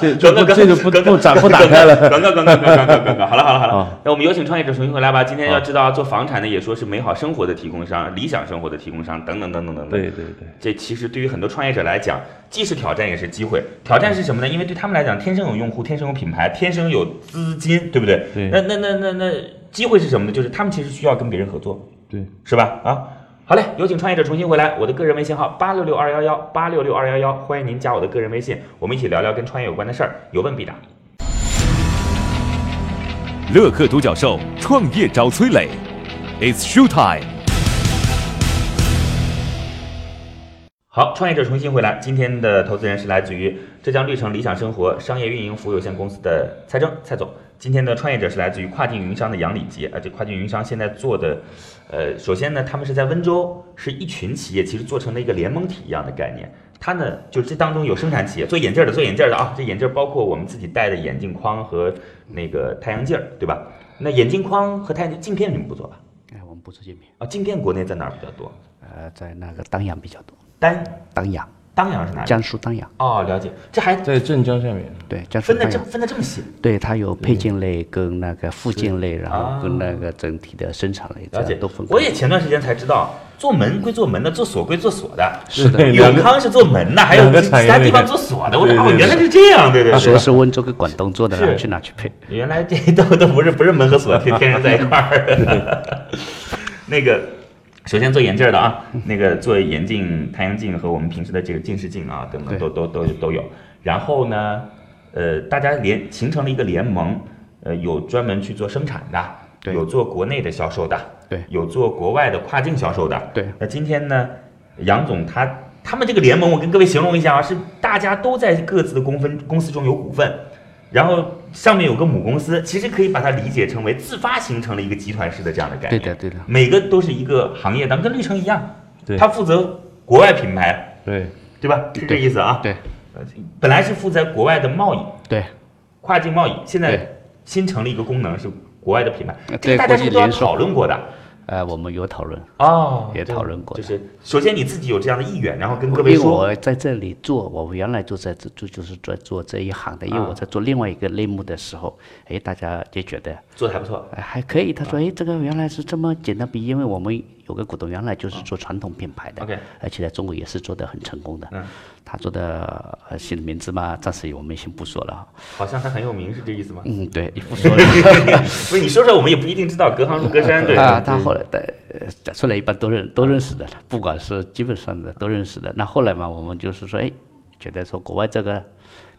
Speaker 5: 这这不这就不不展不打
Speaker 1: [laughs]
Speaker 5: 开了。
Speaker 1: 广告广告广告广告广告，好了好了好了
Speaker 5: 啊，
Speaker 1: 那我们有请创业者重新回来吧。今天要
Speaker 5: 好
Speaker 1: 知道，做房产的也说是美好生活的提供商、理想生活的提供商等等等等等等。
Speaker 5: 对对对，
Speaker 1: 这其实对于很多创业者来讲，既是挑战也是机会。挑战是什么呢？因为对他们来讲，天生有用户，天生有品牌，天生有资金，对不对？
Speaker 5: 对
Speaker 1: 那那那那那机会是什么呢？就是他们其实需要跟别人合作，
Speaker 5: 对，
Speaker 1: 是吧？啊，好嘞，有请创业者重新回来。我的个人微信号八六六二幺幺八六六二幺幺，欢迎您加我的个人微信，我们一起聊聊跟创业有关的事儿，有问必答。
Speaker 3: 乐客独角兽创业找崔磊，It's show time。
Speaker 1: 好，创业者重新回来。今天的投资人是来自于浙江绿城理想生活商业运营服务有限公司的蔡征蔡总。今天的创业者是来自于跨境运营商的杨礼杰啊，这跨境运营商现在做的，呃，首先呢，他们是在温州，是一群企业，其实做成了一个联盟体一样的概念。它呢，就是这当中有生产企业做眼镜儿的，做眼镜儿的啊，这眼镜儿包括我们自己戴的眼镜框和那个太阳镜儿，对吧？那眼镜框和太阳镜镜片你们不做吧？
Speaker 6: 哎，我们不做见面，
Speaker 1: 啊，镜片国内在哪儿比较多？
Speaker 6: 呃，在那个当阳比较多，
Speaker 1: 单
Speaker 6: 当阳
Speaker 1: 当阳是哪里？
Speaker 6: 江苏当阳，
Speaker 1: 哦，了解，这还
Speaker 5: 在镇江下面，
Speaker 6: 对，江苏
Speaker 1: 分的
Speaker 6: 当
Speaker 1: 这
Speaker 6: 阳，
Speaker 1: 分的这么细，
Speaker 6: 对，它有配件类跟那个附件类，然后跟那个整体的生产类，这
Speaker 1: 了解
Speaker 6: 样都分。
Speaker 1: 我也前段时间才知道，做门归做门的，做锁归做锁的。
Speaker 6: 是的，
Speaker 5: 对
Speaker 1: 永康是做门的，还有
Speaker 5: 两个
Speaker 1: 其
Speaker 5: 产业
Speaker 1: 他地
Speaker 5: 链
Speaker 1: 方做锁的。我说
Speaker 5: 对对
Speaker 1: 哦，
Speaker 5: 对
Speaker 1: 原来是这样，对对
Speaker 6: 所以
Speaker 1: 对。
Speaker 6: 是温州跟广东做的，
Speaker 1: 是
Speaker 6: 拿去哪去配？
Speaker 1: 原来这都都不是不是门和锁天天然在一块儿。 [laughs] 那个，首先做眼镜儿的啊，那个做眼镜、太阳镜和我们平时的这个近视镜啊，等等
Speaker 6: 对
Speaker 1: 都都都都有。然后呢，呃，大家联形成了一个联盟，呃，有专门去做生产的，
Speaker 6: 对
Speaker 1: 有做国内的销售的，
Speaker 6: 对
Speaker 1: 有做国外的跨境销售的，
Speaker 6: 对
Speaker 1: 那今天呢，杨总他他们这个联盟，我跟各位形容一下啊，是大家都在各自的公分公司中有股份，然后上面有个母公司，其实可以把它理解成为自发形成了一个集团式的这样的概
Speaker 6: 对
Speaker 1: 念。
Speaker 6: 的，对的，
Speaker 1: 每个都是一个行业，咱们跟绿城一样，
Speaker 5: 对
Speaker 1: 他负责国外品牌，
Speaker 5: 对，
Speaker 1: 对吧？是这意思啊？
Speaker 6: 对
Speaker 1: 呃，本来是负责国外的贸易，
Speaker 6: 对
Speaker 1: 跨境贸易，现在
Speaker 6: 对
Speaker 1: 新成了一个功能是国外的品牌，
Speaker 6: 呃
Speaker 1: 这个
Speaker 6: 对
Speaker 1: 大家
Speaker 6: 国际
Speaker 1: 是不是都要
Speaker 6: 连锁
Speaker 1: 讨论过的。
Speaker 6: 呃，我们有讨论，
Speaker 1: 哦，
Speaker 6: 也
Speaker 1: 对
Speaker 6: 讨论过
Speaker 1: 就
Speaker 6: 的
Speaker 1: 是首先你自己有这样的意愿，然后跟各
Speaker 6: 因
Speaker 1: 位
Speaker 6: 为
Speaker 1: 说，
Speaker 6: 我在这里做，我原来就在这就就是在做这一行的，因为
Speaker 1: 啊
Speaker 6: 我在做另外一个类目的时候，哎，大家就觉得
Speaker 1: 做的还不错，
Speaker 6: 哎还可以。他
Speaker 1: 啊
Speaker 6: 说，哎，这个原来是这么简单比，因为我们有个股东原来就是做传统品牌的
Speaker 1: 啊 OK，
Speaker 6: 而且在中国也是做的很成功的。
Speaker 1: 嗯，
Speaker 6: 他做的呃新的名字嘛，暂时我们先不说了啊。
Speaker 1: 好像他很有名，是这意思吗？
Speaker 6: 嗯，对，不说了。
Speaker 1: 不是你说说，我们也不一定知道，隔行如隔 [laughs] 山，对
Speaker 6: 嗯啊，他后来的讲出来一般都认都认识的了，不管是基本上的都认识的。那后来嘛，我们就是说，哎，觉得说国外这个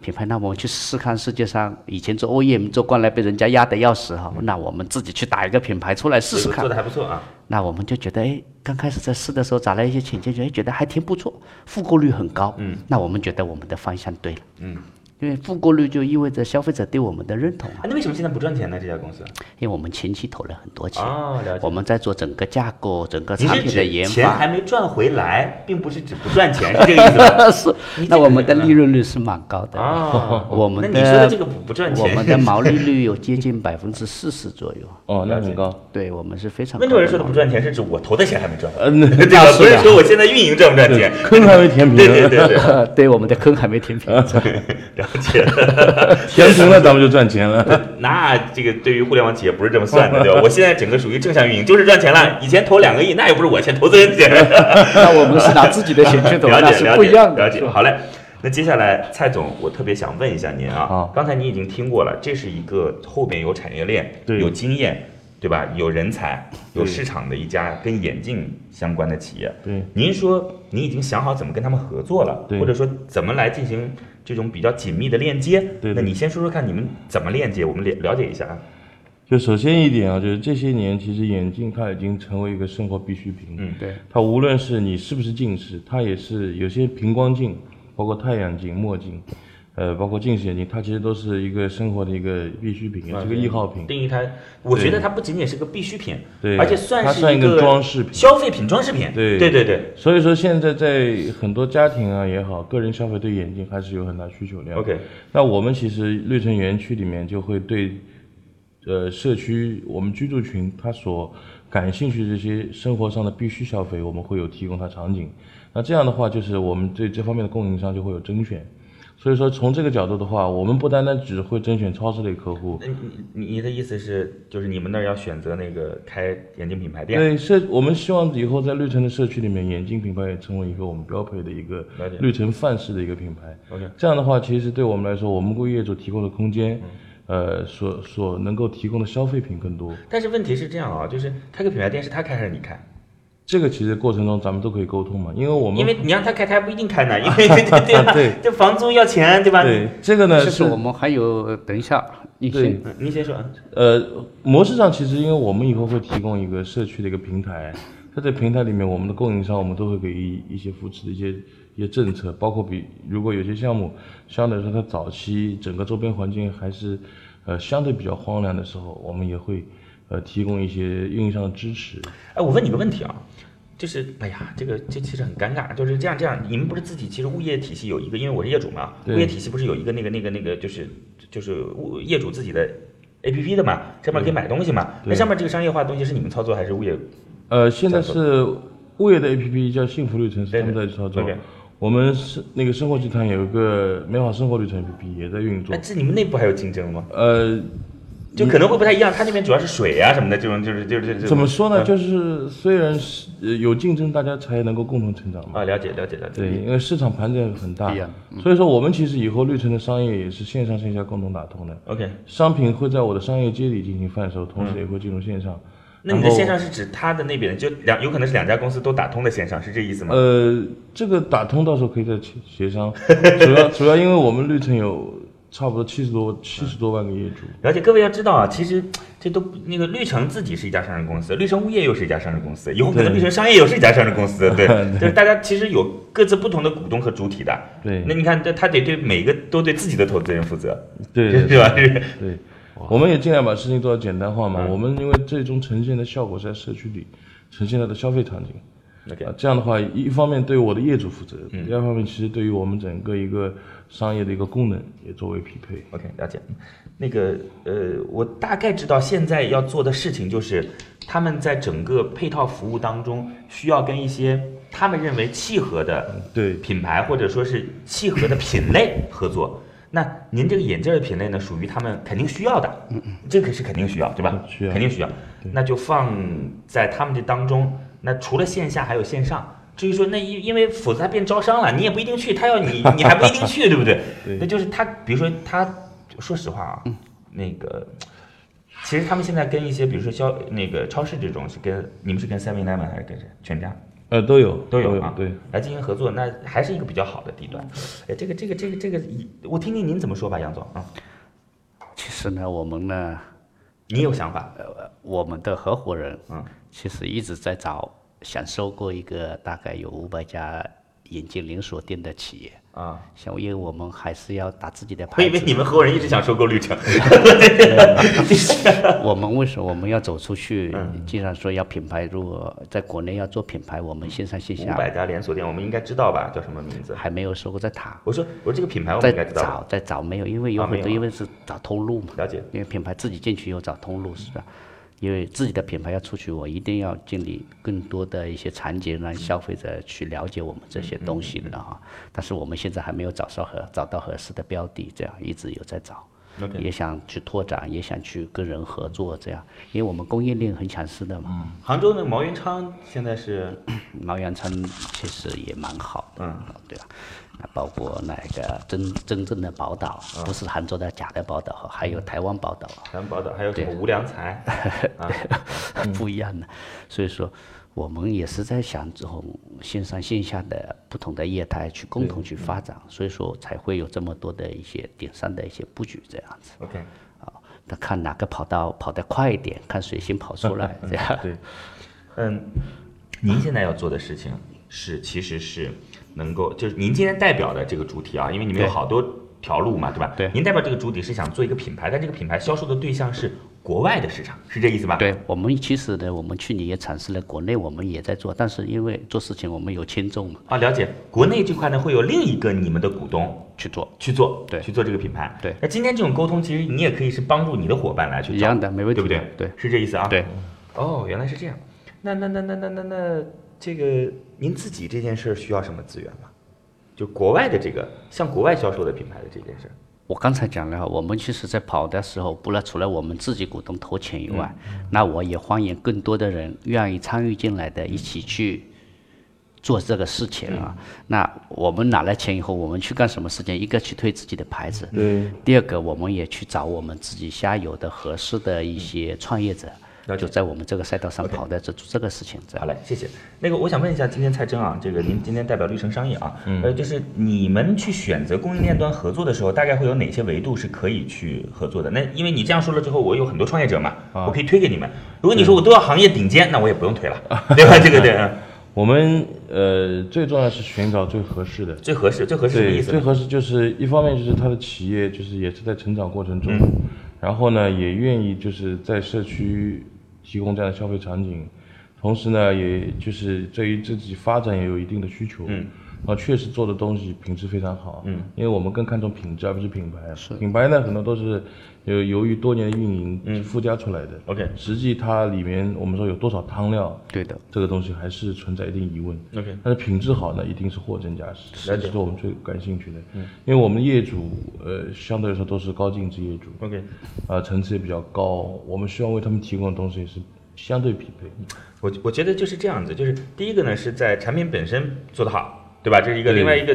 Speaker 6: 品牌，那我们去试试看世界上以前做 OEM 做惯了，被人家压得要死哈，那我们自己去打一个品牌出来试试看
Speaker 1: 嗯做的。还不错啊。
Speaker 6: 那我们就觉得，哎，刚开始在试的时候找了一些浅见，觉得哎觉得还挺不错，复购率很高。嗯，那我们觉得我们的方向对了。
Speaker 1: 嗯，
Speaker 6: 因为复购率就意味着消费者对我们的认同啊
Speaker 1: 啊，，那为什么现在不赚钱呢？这家公司？
Speaker 6: 因为我们前期投了很多钱。
Speaker 1: 哦，了
Speaker 6: 我
Speaker 1: 解。
Speaker 6: 们在做整个架构、整个
Speaker 1: 你
Speaker 6: 产
Speaker 1: 是
Speaker 6: 品的
Speaker 1: 指
Speaker 6: 研
Speaker 1: 钱还
Speaker 6: 发。
Speaker 1: 没赚回来，并不是指不赚钱，是这个意思
Speaker 6: [laughs]
Speaker 1: 吗？
Speaker 6: 是
Speaker 1: 你，这
Speaker 6: 那
Speaker 1: 个
Speaker 6: 我们的
Speaker 1: 人啊
Speaker 6: 利润率是蛮高的。
Speaker 1: 啊
Speaker 6: 我们
Speaker 1: 那你说的这个不不赚钱
Speaker 6: 我们的毛利率有接近百分之四十左右。
Speaker 5: 哦，那
Speaker 1: 了解
Speaker 5: 很高，
Speaker 6: 对我们是非常
Speaker 1: 温
Speaker 6: 高
Speaker 1: 州人
Speaker 6: 的
Speaker 1: 说的
Speaker 6: 毛
Speaker 1: 不
Speaker 6: 利
Speaker 1: 赚钱，是指我投的钱还没赚
Speaker 6: 呃
Speaker 1: 回来，
Speaker 5: 嗯，
Speaker 1: 对吧？不是说我现在运营赚不赚钱，
Speaker 5: [laughs] 坑还没填平，
Speaker 1: 对对对对，
Speaker 6: 率对我们的坑还没填
Speaker 1: 呃
Speaker 6: 平。
Speaker 1: 了解。
Speaker 5: [laughs] 填平了咱们就赚钱了，
Speaker 1: 那这个对于互联网企业不是这么算的，
Speaker 6: [laughs]
Speaker 1: 对吧？我现在整个属于正向运营，就是赚钱了。以前投两个亿，那又不是我钱，投资
Speaker 6: [laughs]
Speaker 1: 人钱。
Speaker 6: 那我们是拿自己的钱去投，
Speaker 1: 了
Speaker 6: 那
Speaker 1: 解
Speaker 6: 是
Speaker 1: 了
Speaker 6: 不一
Speaker 1: 解
Speaker 6: 样
Speaker 1: 了
Speaker 6: 的。
Speaker 1: 解，好嘞。那接下来，蔡总，我特别想问一下您啊
Speaker 5: 好，
Speaker 1: 刚才你已经听过了，这是一个后边有产业链、
Speaker 5: 对
Speaker 1: 有经验，对吧？有人才、有
Speaker 5: 对
Speaker 1: 市场的一家跟眼镜相关的企业。
Speaker 5: 对，
Speaker 1: 您说你已经想好怎么跟他们合作了，
Speaker 5: 对
Speaker 1: 或者说怎么来进行这种比较紧密的链接？
Speaker 5: 对对
Speaker 1: 那你先说说看你们怎么链接，我们了了解一下啊。
Speaker 5: 就首先一点啊，就是这些年其实眼镜它已经成为一个生活必需品，
Speaker 1: 嗯
Speaker 6: 对
Speaker 5: 它无论是你是不是近视，它也是有些平光镜，包括太阳镜、墨镜，呃，包括近视眼镜，它其实都是一个生活的一个必需品，也是个易耗品。
Speaker 1: 啊定义它，我觉
Speaker 5: 对
Speaker 1: 得它不仅仅是个必需品，
Speaker 5: 对
Speaker 1: 而且算
Speaker 5: 它
Speaker 1: 是
Speaker 5: 算一个
Speaker 1: 个
Speaker 5: 装饰品
Speaker 1: 消费品、装饰品。
Speaker 5: 对
Speaker 1: 对对对
Speaker 5: 所以说现在在很多家庭啊也好，个人消费对眼镜还是有很大需求量。
Speaker 1: ，OK，
Speaker 5: 那我们其实绿城园区里面就会对，呃，社区我们居住群他所感兴趣这些生活上的必须消费，我们会有提供它场景。那这样的话，就是我们对这方面的供应商就会有甄选。所以说，从这个角度的话，我们不单单只会甄选超市类客户，
Speaker 1: 那你你你的意思是，就是你们那儿要选择那个开眼镜品牌店？
Speaker 5: 对社，我们希望以后在绿城的社区里面，眼镜品牌也成为一个我们标配的一个
Speaker 1: 了解
Speaker 5: 绿城范式的一个品牌。
Speaker 1: OK 嗯
Speaker 5: 这样的话，其实对我们来说，我们为业主提供的空间，呃，所所能够提供的消费品更多。
Speaker 1: 但是问题是这样啊，就是开个品牌店是他开还是你开？
Speaker 5: 嗯这个其实过程中咱们都可以沟通嘛，因为我们
Speaker 1: 因为你让他开，他还不一定开呢，因
Speaker 5: [laughs]
Speaker 1: 为对对吧？
Speaker 5: 对
Speaker 1: 这房租要钱，对吧？
Speaker 5: 对这个呢
Speaker 6: 就是是我们还有，等一下，你
Speaker 5: 对
Speaker 6: 先
Speaker 1: 嗯，您先说啊。
Speaker 5: 呃，模式上其实因为我们以后会提供一个社区的一个平台，在这平台里面，我们的供应商我们都会给一一些扶持的一些一些政策，包括比如果有些项目相对来说它早期整个周边环境还是呃相对比较荒凉的时候，我们也会呃提供一些运营上的支持。
Speaker 1: 哎，我问你个问题啊，就是哎呀，这个这其实很尴尬，就是这样这样，你们不是自己其实物业体系有一个，因为我是业主嘛，物
Speaker 5: 对
Speaker 1: 业体系不是有一个那个那个那个就是就是物业主自己的 A P P 的嘛，上面可以买东西嘛，那
Speaker 5: 对
Speaker 1: 上面这个商业化的东西是你们操作还是物业？
Speaker 5: 呃，现在是物业的 APP 叫幸福绿城是他们在操作
Speaker 1: OK，
Speaker 5: 我们是那个生活集团有一个美好生活旅程 APP 也在运作
Speaker 1: 哎，，这你们内部还有竞争吗？
Speaker 5: 呃，
Speaker 1: 就可能会不太一样，他那边主要是水啊什么的，这种就是就是就是
Speaker 5: 怎么说呢？
Speaker 1: 嗯
Speaker 5: 就是虽然是呃有竞争，大家才能够共同成长嘛。
Speaker 1: 啊，了解了解了解。
Speaker 5: 对，因为市场盘子很大
Speaker 6: 一样，
Speaker 5: 所以说我们其实以后绿城的商业也是线上线下共同打通的。
Speaker 1: OK，
Speaker 5: 商品会在我的商业街里进行贩售，同时也会进入线上。
Speaker 1: 那你的
Speaker 5: 然后
Speaker 1: 线上是指他的那边的，就两有可能是两家公司都打通的线上，是这意思吗？
Speaker 5: 呃，这个打通到时候可以再协协商。主要主要因为我们绿城有差不多七十多七十多万个业主，
Speaker 1: 而且各位要知道啊，其实这都那个绿城自己是一家上市公司，绿城物业又是一家上市公司，有可能
Speaker 5: 对
Speaker 1: 绿城商业又是一家上市公司，
Speaker 5: [laughs]
Speaker 1: 对，就是大家其实有各自不同的股东和主体的。
Speaker 5: 对
Speaker 1: 那你看，这他得对每个都对自己的投资人负责，
Speaker 5: 对
Speaker 1: 对吧？ [laughs] 就是
Speaker 5: 对，我们也尽量把事情做到简单化嘛。
Speaker 1: 嗯
Speaker 5: 我们因为最终呈现的效果是在社区里呈现它的消费场景。
Speaker 1: OK 嗯
Speaker 5: 啊这样的话，一一方面对我的业主负责，第二方面其实对于我们整个一个商业的一个功能也作为匹配。
Speaker 1: OK，了解。那个呃，我大概知道现在要做的事情就是，他们在整个配套服务当中，需要跟一些他们认为契合的
Speaker 5: 对
Speaker 1: 品牌或者说是契合的品类合作。那您这个眼镜儿的品类呢，属于他们肯定需要的，这个是肯定需要，对吧？
Speaker 5: 需要
Speaker 1: 肯定需要。那就放在他们这当中。那除了线下，还有线上。至于说那因因为否则他变招商了，你也不一定去，他要你你还不一定去，对不对？那就是他，比如说他，说实话啊，那个。其实他们现在跟一些，比如说消那个超市这种，是跟你们是跟 Seven Eleven 还是跟谁？全家？
Speaker 5: 呃，都有
Speaker 1: 都有啊，
Speaker 5: 对，，
Speaker 1: 来进行合作，那还是一个比较好的地段。哎，这个这个这个这个，我听听您怎么说吧，杨总啊，
Speaker 6: 其实呢，我们呢，
Speaker 1: 你有想法？
Speaker 6: 我们的合伙人，
Speaker 1: 嗯，
Speaker 6: 其实一直在找想收购一个大概有五百家眼镜连锁店的企业。
Speaker 1: 啊，
Speaker 6: 像因为我们还是要打自己的
Speaker 1: 我
Speaker 6: 牌
Speaker 1: 以为你
Speaker 6: 子，
Speaker 1: 们合伙人一直想收购绿城，
Speaker 6: 我们为什么我们要走出去？
Speaker 1: 嗯
Speaker 6: 既然说要品牌，如果在国内要做品牌，我们线上线
Speaker 1: 五百
Speaker 6: 下
Speaker 1: 家连锁店，我们应该知道吧？叫什么名字？
Speaker 6: 还没有收购，在谈，
Speaker 1: 我说我说这个品牌我们
Speaker 6: 在
Speaker 1: 应该知道
Speaker 6: 找
Speaker 1: 吧，
Speaker 6: 在找没有，因为有
Speaker 1: 啊没有
Speaker 6: 很多
Speaker 1: 啊
Speaker 6: 因为是找通路嘛，
Speaker 1: 了解
Speaker 6: 因为品牌自己进去又找通路是吧？因为自己的品牌要出去，我一定要建立更多的一些场景，让消费者去了解我们这些东西的
Speaker 1: 嗯
Speaker 6: 哈。但是我们现在还没有找到合找到合适的标的，这样一直有在找。也想去拓展，也想去跟人合作，这样，因为我们供应链很强势的嘛。
Speaker 1: 杭州的毛元昌现在是
Speaker 6: 毛嗯洋仓其实也蛮好的，
Speaker 1: 嗯，
Speaker 6: 对吧？那包括那个真真正的宝岛，不是杭州的假的宝岛，还有台湾宝岛，
Speaker 1: 咱宝岛，还有什么无良
Speaker 6: [laughs]
Speaker 1: 才啊？
Speaker 6: 不一样的。所以说，我们也是在想这种线上线下的不同的业态去共同去发展，所以说才会有这么多的一些点上的一些布局这样子
Speaker 1: OK，
Speaker 6: 啊。那看哪个跑道跑得快一点，看谁先跑出来这样。
Speaker 5: 对，
Speaker 1: 嗯，您现在要做的事情是，其实是能够，就是您今天代表的这个主体啊，因为你们有
Speaker 6: 对
Speaker 1: 好多条路嘛，对吧？
Speaker 6: 对
Speaker 1: 您代表这个主体是想做一个品牌，但这个品牌销售的对象是国外的市场，是这意思吧？。
Speaker 6: 对我们其实呢，我们去年也尝试了，国内我们也在做，但是因为做事情我们有轻重嘛
Speaker 1: 啊，了解。国内这块呢，会有另一个你们的股东
Speaker 6: 去做，
Speaker 1: 去做，
Speaker 6: 对
Speaker 1: 去做这个品牌。
Speaker 6: 对
Speaker 1: 那今天这种沟通，其实你也可以是帮助你的伙伴来去找
Speaker 6: 一样的没问
Speaker 1: 对
Speaker 6: 题
Speaker 1: 不对？
Speaker 6: 对
Speaker 1: 是这意思啊。
Speaker 6: 对。
Speaker 1: 哦，原来是这样。那那那那那那那，这个您自己这件事儿需要什么资源吗？就国外的这个向国外销售的品牌的这件事儿，
Speaker 6: 我刚才讲了，我们其实在跑的时候，不了除了我们自己股东投钱以外，
Speaker 1: 嗯
Speaker 6: 那我也欢迎更多的人愿意参与进来的，一起去做这个事情啊。
Speaker 1: 嗯
Speaker 6: 那我们拿了钱以后，我们去干什么事情？一个去推自己的牌子，
Speaker 5: 对，
Speaker 6: 第二个我们也去找我们自己下游的合适的一些创业者，
Speaker 1: 嗯了解
Speaker 6: 就在我们这个赛道上跑的这做这个事情，这
Speaker 1: 好
Speaker 6: 样。
Speaker 1: 嘞，谢谢。那个，我想问一下，今天蔡征啊，这个您今天代表绿城商业啊，
Speaker 5: 嗯
Speaker 1: 呃，就是你们去选择供应链端合作的时候，大概会有哪些维度是可以去合作的？那因为你这样说了之后，我有很多创业者嘛，
Speaker 5: 啊
Speaker 1: 我可以推给你们。如果你说我都要行业顶尖，那我也不用推
Speaker 5: [laughs]
Speaker 1: 了，对吧？这个对，嗯
Speaker 5: 我们呃最重要是寻找最合适的，
Speaker 1: 最合适，最合适是什么
Speaker 5: 对，
Speaker 1: 意思
Speaker 5: 最
Speaker 1: 呢？
Speaker 5: 合适就是一方面就是他的企业就是也是在成长过程中，
Speaker 1: 嗯
Speaker 5: 然后呢也愿意就是在社区提供这样的消费场景，同时呢也就是对于自己发展也有一定的需求，
Speaker 1: 嗯
Speaker 5: 啊，确实做的东西品质非常好，嗯，因为我们更看重品质而不是品牌，是品牌呢很多都是由由于多年的运营附加出来的、
Speaker 1: 嗯 OK
Speaker 5: 实际它里面我们说有多少汤料，
Speaker 6: 对的，
Speaker 5: 这个东西还是存在一定疑问。
Speaker 1: OK
Speaker 5: 但是品质好呢，一定是货真价实，
Speaker 1: 了
Speaker 5: 这
Speaker 1: 解
Speaker 5: 是我们最感兴趣的。嗯，因为我们业主呃相对来说都是高净值业主，
Speaker 1: OK，
Speaker 5: 呃层次也比较高，我们希望为他们提供的东西也是相对匹 [laughs] 配。
Speaker 1: 我我觉得就是这样子，就是第一个呢是在产品本身做得好，对吧？这是一个，
Speaker 5: 对
Speaker 1: 另外一个，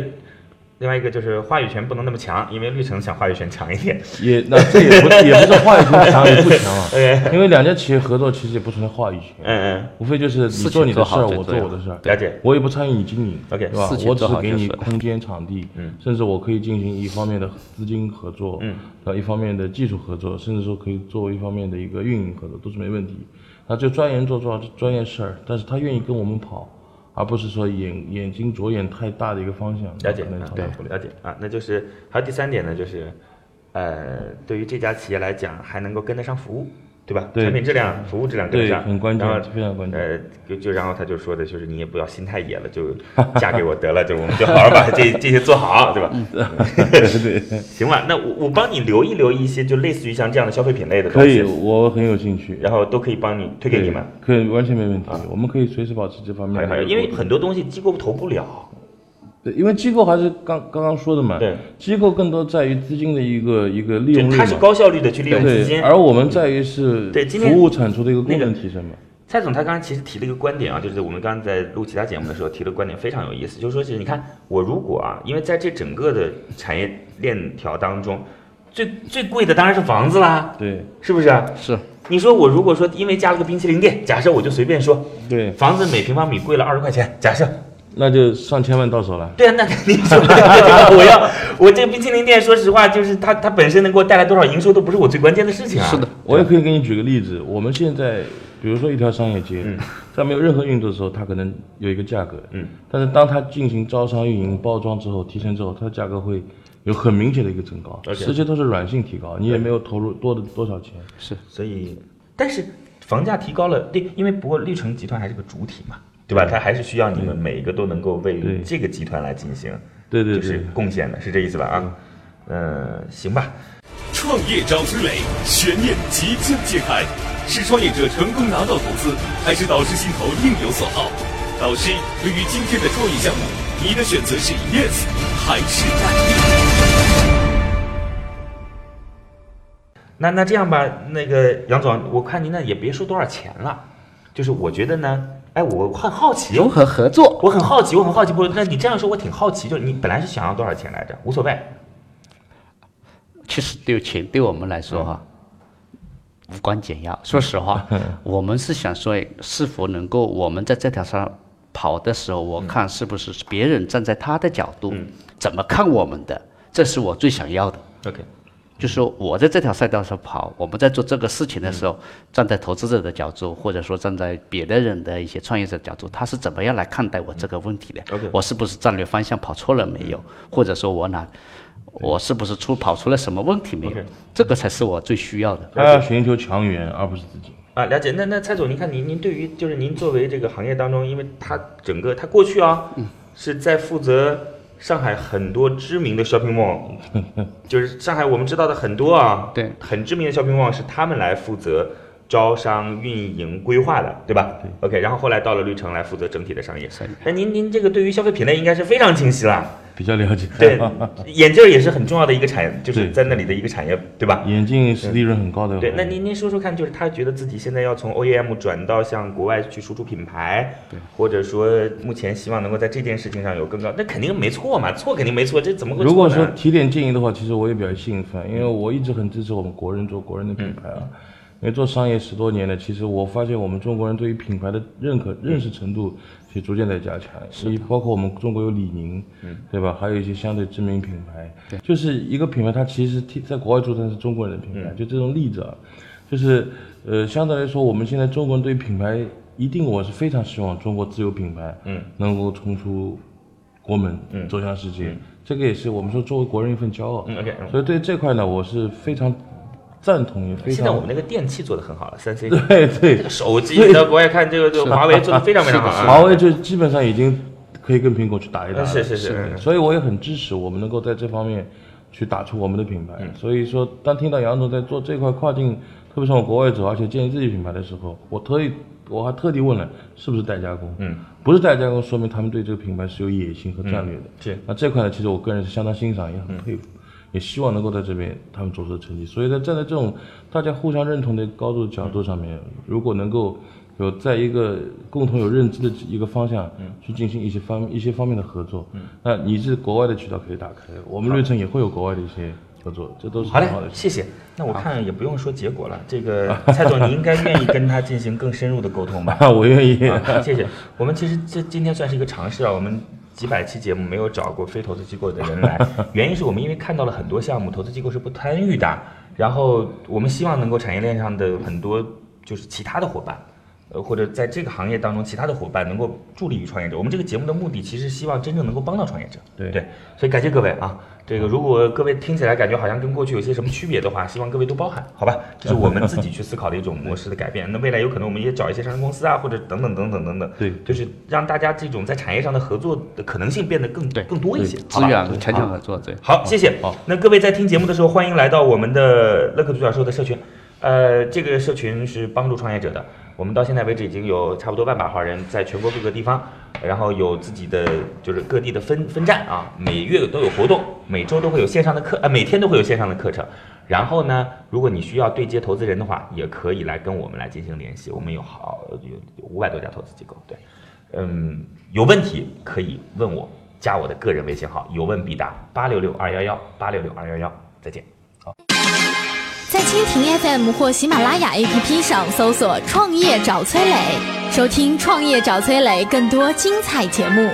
Speaker 1: 另外一个就是话语权不能那么强，因为绿城想话语权强一点。
Speaker 5: 也那这也不也不是话语权强与不强 [laughs] 啊，因为两家企业合作其实也不存在话语权，
Speaker 1: 嗯嗯
Speaker 5: 无非就是你
Speaker 6: 情
Speaker 5: 做你的
Speaker 6: 做
Speaker 5: 事
Speaker 6: 好
Speaker 5: 儿，
Speaker 6: 最
Speaker 5: 我做
Speaker 6: 重要
Speaker 5: 我的事儿，
Speaker 1: 了解
Speaker 5: 我也不参与你经营
Speaker 1: OK，
Speaker 5: 对吧
Speaker 6: 事？情
Speaker 5: 我只
Speaker 6: 做
Speaker 5: 是
Speaker 6: 好
Speaker 5: 给
Speaker 6: 就
Speaker 5: 你
Speaker 6: 是了
Speaker 5: 空间、场地
Speaker 1: 嗯，
Speaker 5: 甚至我可以进行一方面的资金合作，嗯，然后一方面的技术合作，甚至说可以作为一方面的一个运营合作，都是没问题。那就专研做做专业事儿，但是他愿意跟我们跑，而不是说眼眼睛着眼太大的一个方向，
Speaker 1: 了解
Speaker 5: 可能
Speaker 1: 啊
Speaker 5: 长
Speaker 1: 对
Speaker 5: 大不了。
Speaker 1: 了解啊，那就是还有第三点呢，就是呃，对于这家企业来讲，还能够跟得上服务，对吧？
Speaker 5: 对
Speaker 1: 产品质量、服务质量跟得
Speaker 5: 对，
Speaker 1: 上，
Speaker 5: 很关
Speaker 1: 然
Speaker 5: 键，
Speaker 1: 后
Speaker 5: 非常关键。
Speaker 1: 呃，就就然后他就说的就是你也不要心太野了，
Speaker 5: [laughs]
Speaker 1: 就嫁给我得了，就我们就好好把这这些做好，对吧？
Speaker 5: 嗯 [laughs]
Speaker 1: 行吧，那我我帮你留一留一些，就类似于像这样的消费品类的东
Speaker 5: 可以，
Speaker 1: 西，
Speaker 5: 我很有兴趣。
Speaker 1: 然后都可以帮你推给你们。
Speaker 5: 可以完全没问题，我们可以随时保持这方
Speaker 1: 还
Speaker 5: 面
Speaker 1: 有还
Speaker 5: 的
Speaker 1: 有，
Speaker 5: 一个沟通。
Speaker 1: 因为很多东西机构投不了，
Speaker 5: 对，因为机构还是刚刚刚说的嘛，
Speaker 1: 对，
Speaker 5: 机构更多在于资金的一个一个利
Speaker 1: 就
Speaker 5: 用率
Speaker 1: 它是
Speaker 5: 嘛
Speaker 1: 高效率的去利用资
Speaker 5: 对，
Speaker 1: 金。嗯
Speaker 5: 而我们在于是
Speaker 1: 对今天
Speaker 5: 服务产出的一个功
Speaker 1: 那个
Speaker 5: 能提升嘛，
Speaker 1: 蔡总他刚才其实提了一个观点啊，就是我们刚才在录其他节目的时候提了个观点，非常有意思，就是说是你看我如果啊，因为在这整个的产业链条当中，最最贵的当然是房子啦，
Speaker 5: 对
Speaker 1: 是不是啊？
Speaker 6: 是
Speaker 1: 你说我如果说因为加了个冰淇淋店，假设我就随便说，
Speaker 5: 对，
Speaker 1: 房子每平方米贵了二十块钱，假设，
Speaker 5: 那就上千万到手了。
Speaker 1: 对啊，那你说 [laughs] 我要我这个冰淇淋店，说实话就是它它本身能给我带来多少营收都不是我最关键的事情啊。
Speaker 6: 是的，，
Speaker 5: 我也可以给你举个例子，我们现在比如说一条商业街，在没有任何运作的时候，它可能有一个价格，
Speaker 1: 嗯，
Speaker 5: 但是当它进行招商运营、包装之后、提升之后，它的价格会有很明显的一个增高，
Speaker 1: OK
Speaker 5: 这些都是软性提高，你也没有投入多的多少钱，
Speaker 1: 所以但是房价提高了，对，因为不过绿城集团还是个主体嘛，对吧？它还是需要你们每一个都能够为
Speaker 5: 对
Speaker 1: 这个集团来进行
Speaker 5: 对对
Speaker 1: 就
Speaker 5: 对，
Speaker 1: 是贡献的，是这意思吧？啊，嗯，行吧。
Speaker 3: 创业找崔磊，悬念即将揭开，是创业者成功拿到投资，还是导师心头另有所好？导师，对于今天的创业项目，你的选择是 yes 还是 no？
Speaker 1: 那那这样吧，那个杨总，我看您呢也别说多少钱了，就是我觉得呢，哎，我很好奇，
Speaker 6: 如何合作？
Speaker 1: 我很好奇，我很好奇，不，那你这样说，我挺好奇，就是你本来是想要多少钱来着？无所谓，
Speaker 6: 其实对钱对我们来说哈、无关紧要。说实话，我们是想说是否能够我们在这条上跑的时候，我看是不是别人站在他的角度、怎么看我们的，这是我最想要的。
Speaker 1: OK，
Speaker 6: 就是说我在这条赛道上跑，我们在做这个事情的时候，站在投资者的角度，或者说站在别的人的一些创业者的角度，他是怎么样来看待我这个问题的？
Speaker 1: 嗯 OK 嗯
Speaker 6: 我是不是战略方向跑错了没有？或者说我哪，我是不是出跑出了什么问题没有
Speaker 1: OK
Speaker 6: 这个才是我最需要的。
Speaker 5: 他要寻求强援，而不是自己。
Speaker 1: 啊，了解。那那蔡总，您看您您对于就是您作为这个行业当中，因为他整个他过去啊、是在负责上海很多知名的 shopping mall，就是上海我们知道的很多啊，
Speaker 6: 对
Speaker 1: 很知名的 shopping mall 是他们来负责招商、运营、规划的，对吧？OK，然后后来到了绿城来负责整体的商业。那您您这个对于消费品类应该是非常清晰了。
Speaker 5: 比较了解。
Speaker 1: 对，眼镜儿也是很重要的一个产业，就是
Speaker 5: 对
Speaker 1: 在那里的一个产业，对吧？
Speaker 5: [laughs] 眼镜是利润很高的。
Speaker 1: 对，那您您说说看，就是他觉得自己现在要从 OEM 转到向国外去输出品牌，或者说目前希望能够在这件事情上有更高，那肯定没错嘛，错肯定没错，这怎么会
Speaker 5: 如果
Speaker 1: 错呢？嗯
Speaker 5: 说提点建议的话，其实我也比较兴奋，因为我一直很支持我们国人做国人的品牌啊。因为做商业十多年了，其实我发现我们中国人对于品牌的认
Speaker 1: 嗯
Speaker 5: 可、认识程度其实逐渐在加强。你包括我们中国有李宁，
Speaker 1: 嗯
Speaker 5: 对吧？还有一些相对知名品牌，就是一个品牌，它其实替在国外做，它是中国人的
Speaker 1: 嗯
Speaker 5: 品牌。就这种例子啊，就是呃，相对来说，我们现在中国人对于品牌，一定我是非常希望中国自有品牌，
Speaker 1: 嗯，
Speaker 5: 能够冲出国门，嗯，走向世界，这个也是我们说作为国人一份骄傲。
Speaker 1: 嗯，OK，嗯
Speaker 5: 所以对这块呢，我是非常赞同，也非常
Speaker 1: 现在我们那个电器做的很好了，三 C
Speaker 5: [laughs] 对对
Speaker 1: 手机，你到国外看这个，这个华为做的非常非常好啊。
Speaker 5: 华为就基本上已经可以跟苹果去打一打的。
Speaker 1: 是是是，
Speaker 5: 所以我也很支持我们能够在这方面去打出我们的品牌。所以说，当听到杨总在做这块跨境，特别是往国外走，而且建立自己品牌的时候，我特意我还特地问了是不是代加工，嗯，不是代加工，说明他们对这个品牌是有野心和战略的。
Speaker 1: 嗯是嗯
Speaker 5: 那这块呢，其实我个人是相当欣赏，也很佩服。也希望能够在这边他们做出的成绩，所以在站在这种大家互相认同的高度角度上面，如果能够有在一个共同有认知的一个方向，
Speaker 1: 嗯
Speaker 5: 去进行一些方一些方面的合作，那你是国外的渠道可以打开，我们瑞城也会有国外的一些合作，这都是
Speaker 1: 好嘞
Speaker 5: 很好的，事情。
Speaker 1: 谢谢。那我看也不用说结果了，这个蔡总，你应该愿意跟他进行更深入的沟
Speaker 5: [laughs]
Speaker 1: 通吧？
Speaker 5: 啊，我愿意。
Speaker 1: 啊，谢谢。我们其实这今天算是一个尝试啊，我们几百期节目没有找过非投资机构的人来，原因是我们因为看到了很多项目，投资机构是不参与的，然后我们希望能够产业链上的很多就是其他的伙伴。呃，或者在这个行业当中，其他的伙伴能够助力于创业者。我们这个节目的目的，其实希望真正能够帮到创业者。
Speaker 5: 对
Speaker 1: 所以感谢各位啊！这个
Speaker 6: 嗯
Speaker 1: 如果各位听起来感觉好像跟过去有些什么区别的话，希望各位多包涵，好吧？这是我们自己去思考的一种
Speaker 6: 嗯
Speaker 1: 模式的改变。那未来有可能我们也找一些上市公司啊，或者等等等等等等。
Speaker 5: 对
Speaker 1: 就是让大家这种在产业上的合作的可能性变得更
Speaker 6: 对
Speaker 1: 更多一些，好
Speaker 6: 资
Speaker 1: 吧
Speaker 6: 源和强强合作，对。
Speaker 1: 好，谢谢。那各位在听节目的时候，欢迎来到我们的乐客独角兽的社群。呃，这个社群是帮助创业者的。我们到现在为止已经有差不多万把号人，在全国各个地方，然后有自己的就是各地的分分站啊，每月都有活动，每周都会有线上的课，呃，每天都会有线上的课程。然后呢，如果你需要对接投资人的话，也可以来跟我们来进行联系。我们有好有五百多家投资机构，对。嗯，有问题可以问我，加我的个人微信号，有问必答，八六六二幺幺八六六二幺幺，再见。
Speaker 2: 在蜻蜓 FM 或喜马拉雅 APP 上搜索“创业找崔磊”，收听“创业找崔磊”更多精彩节目。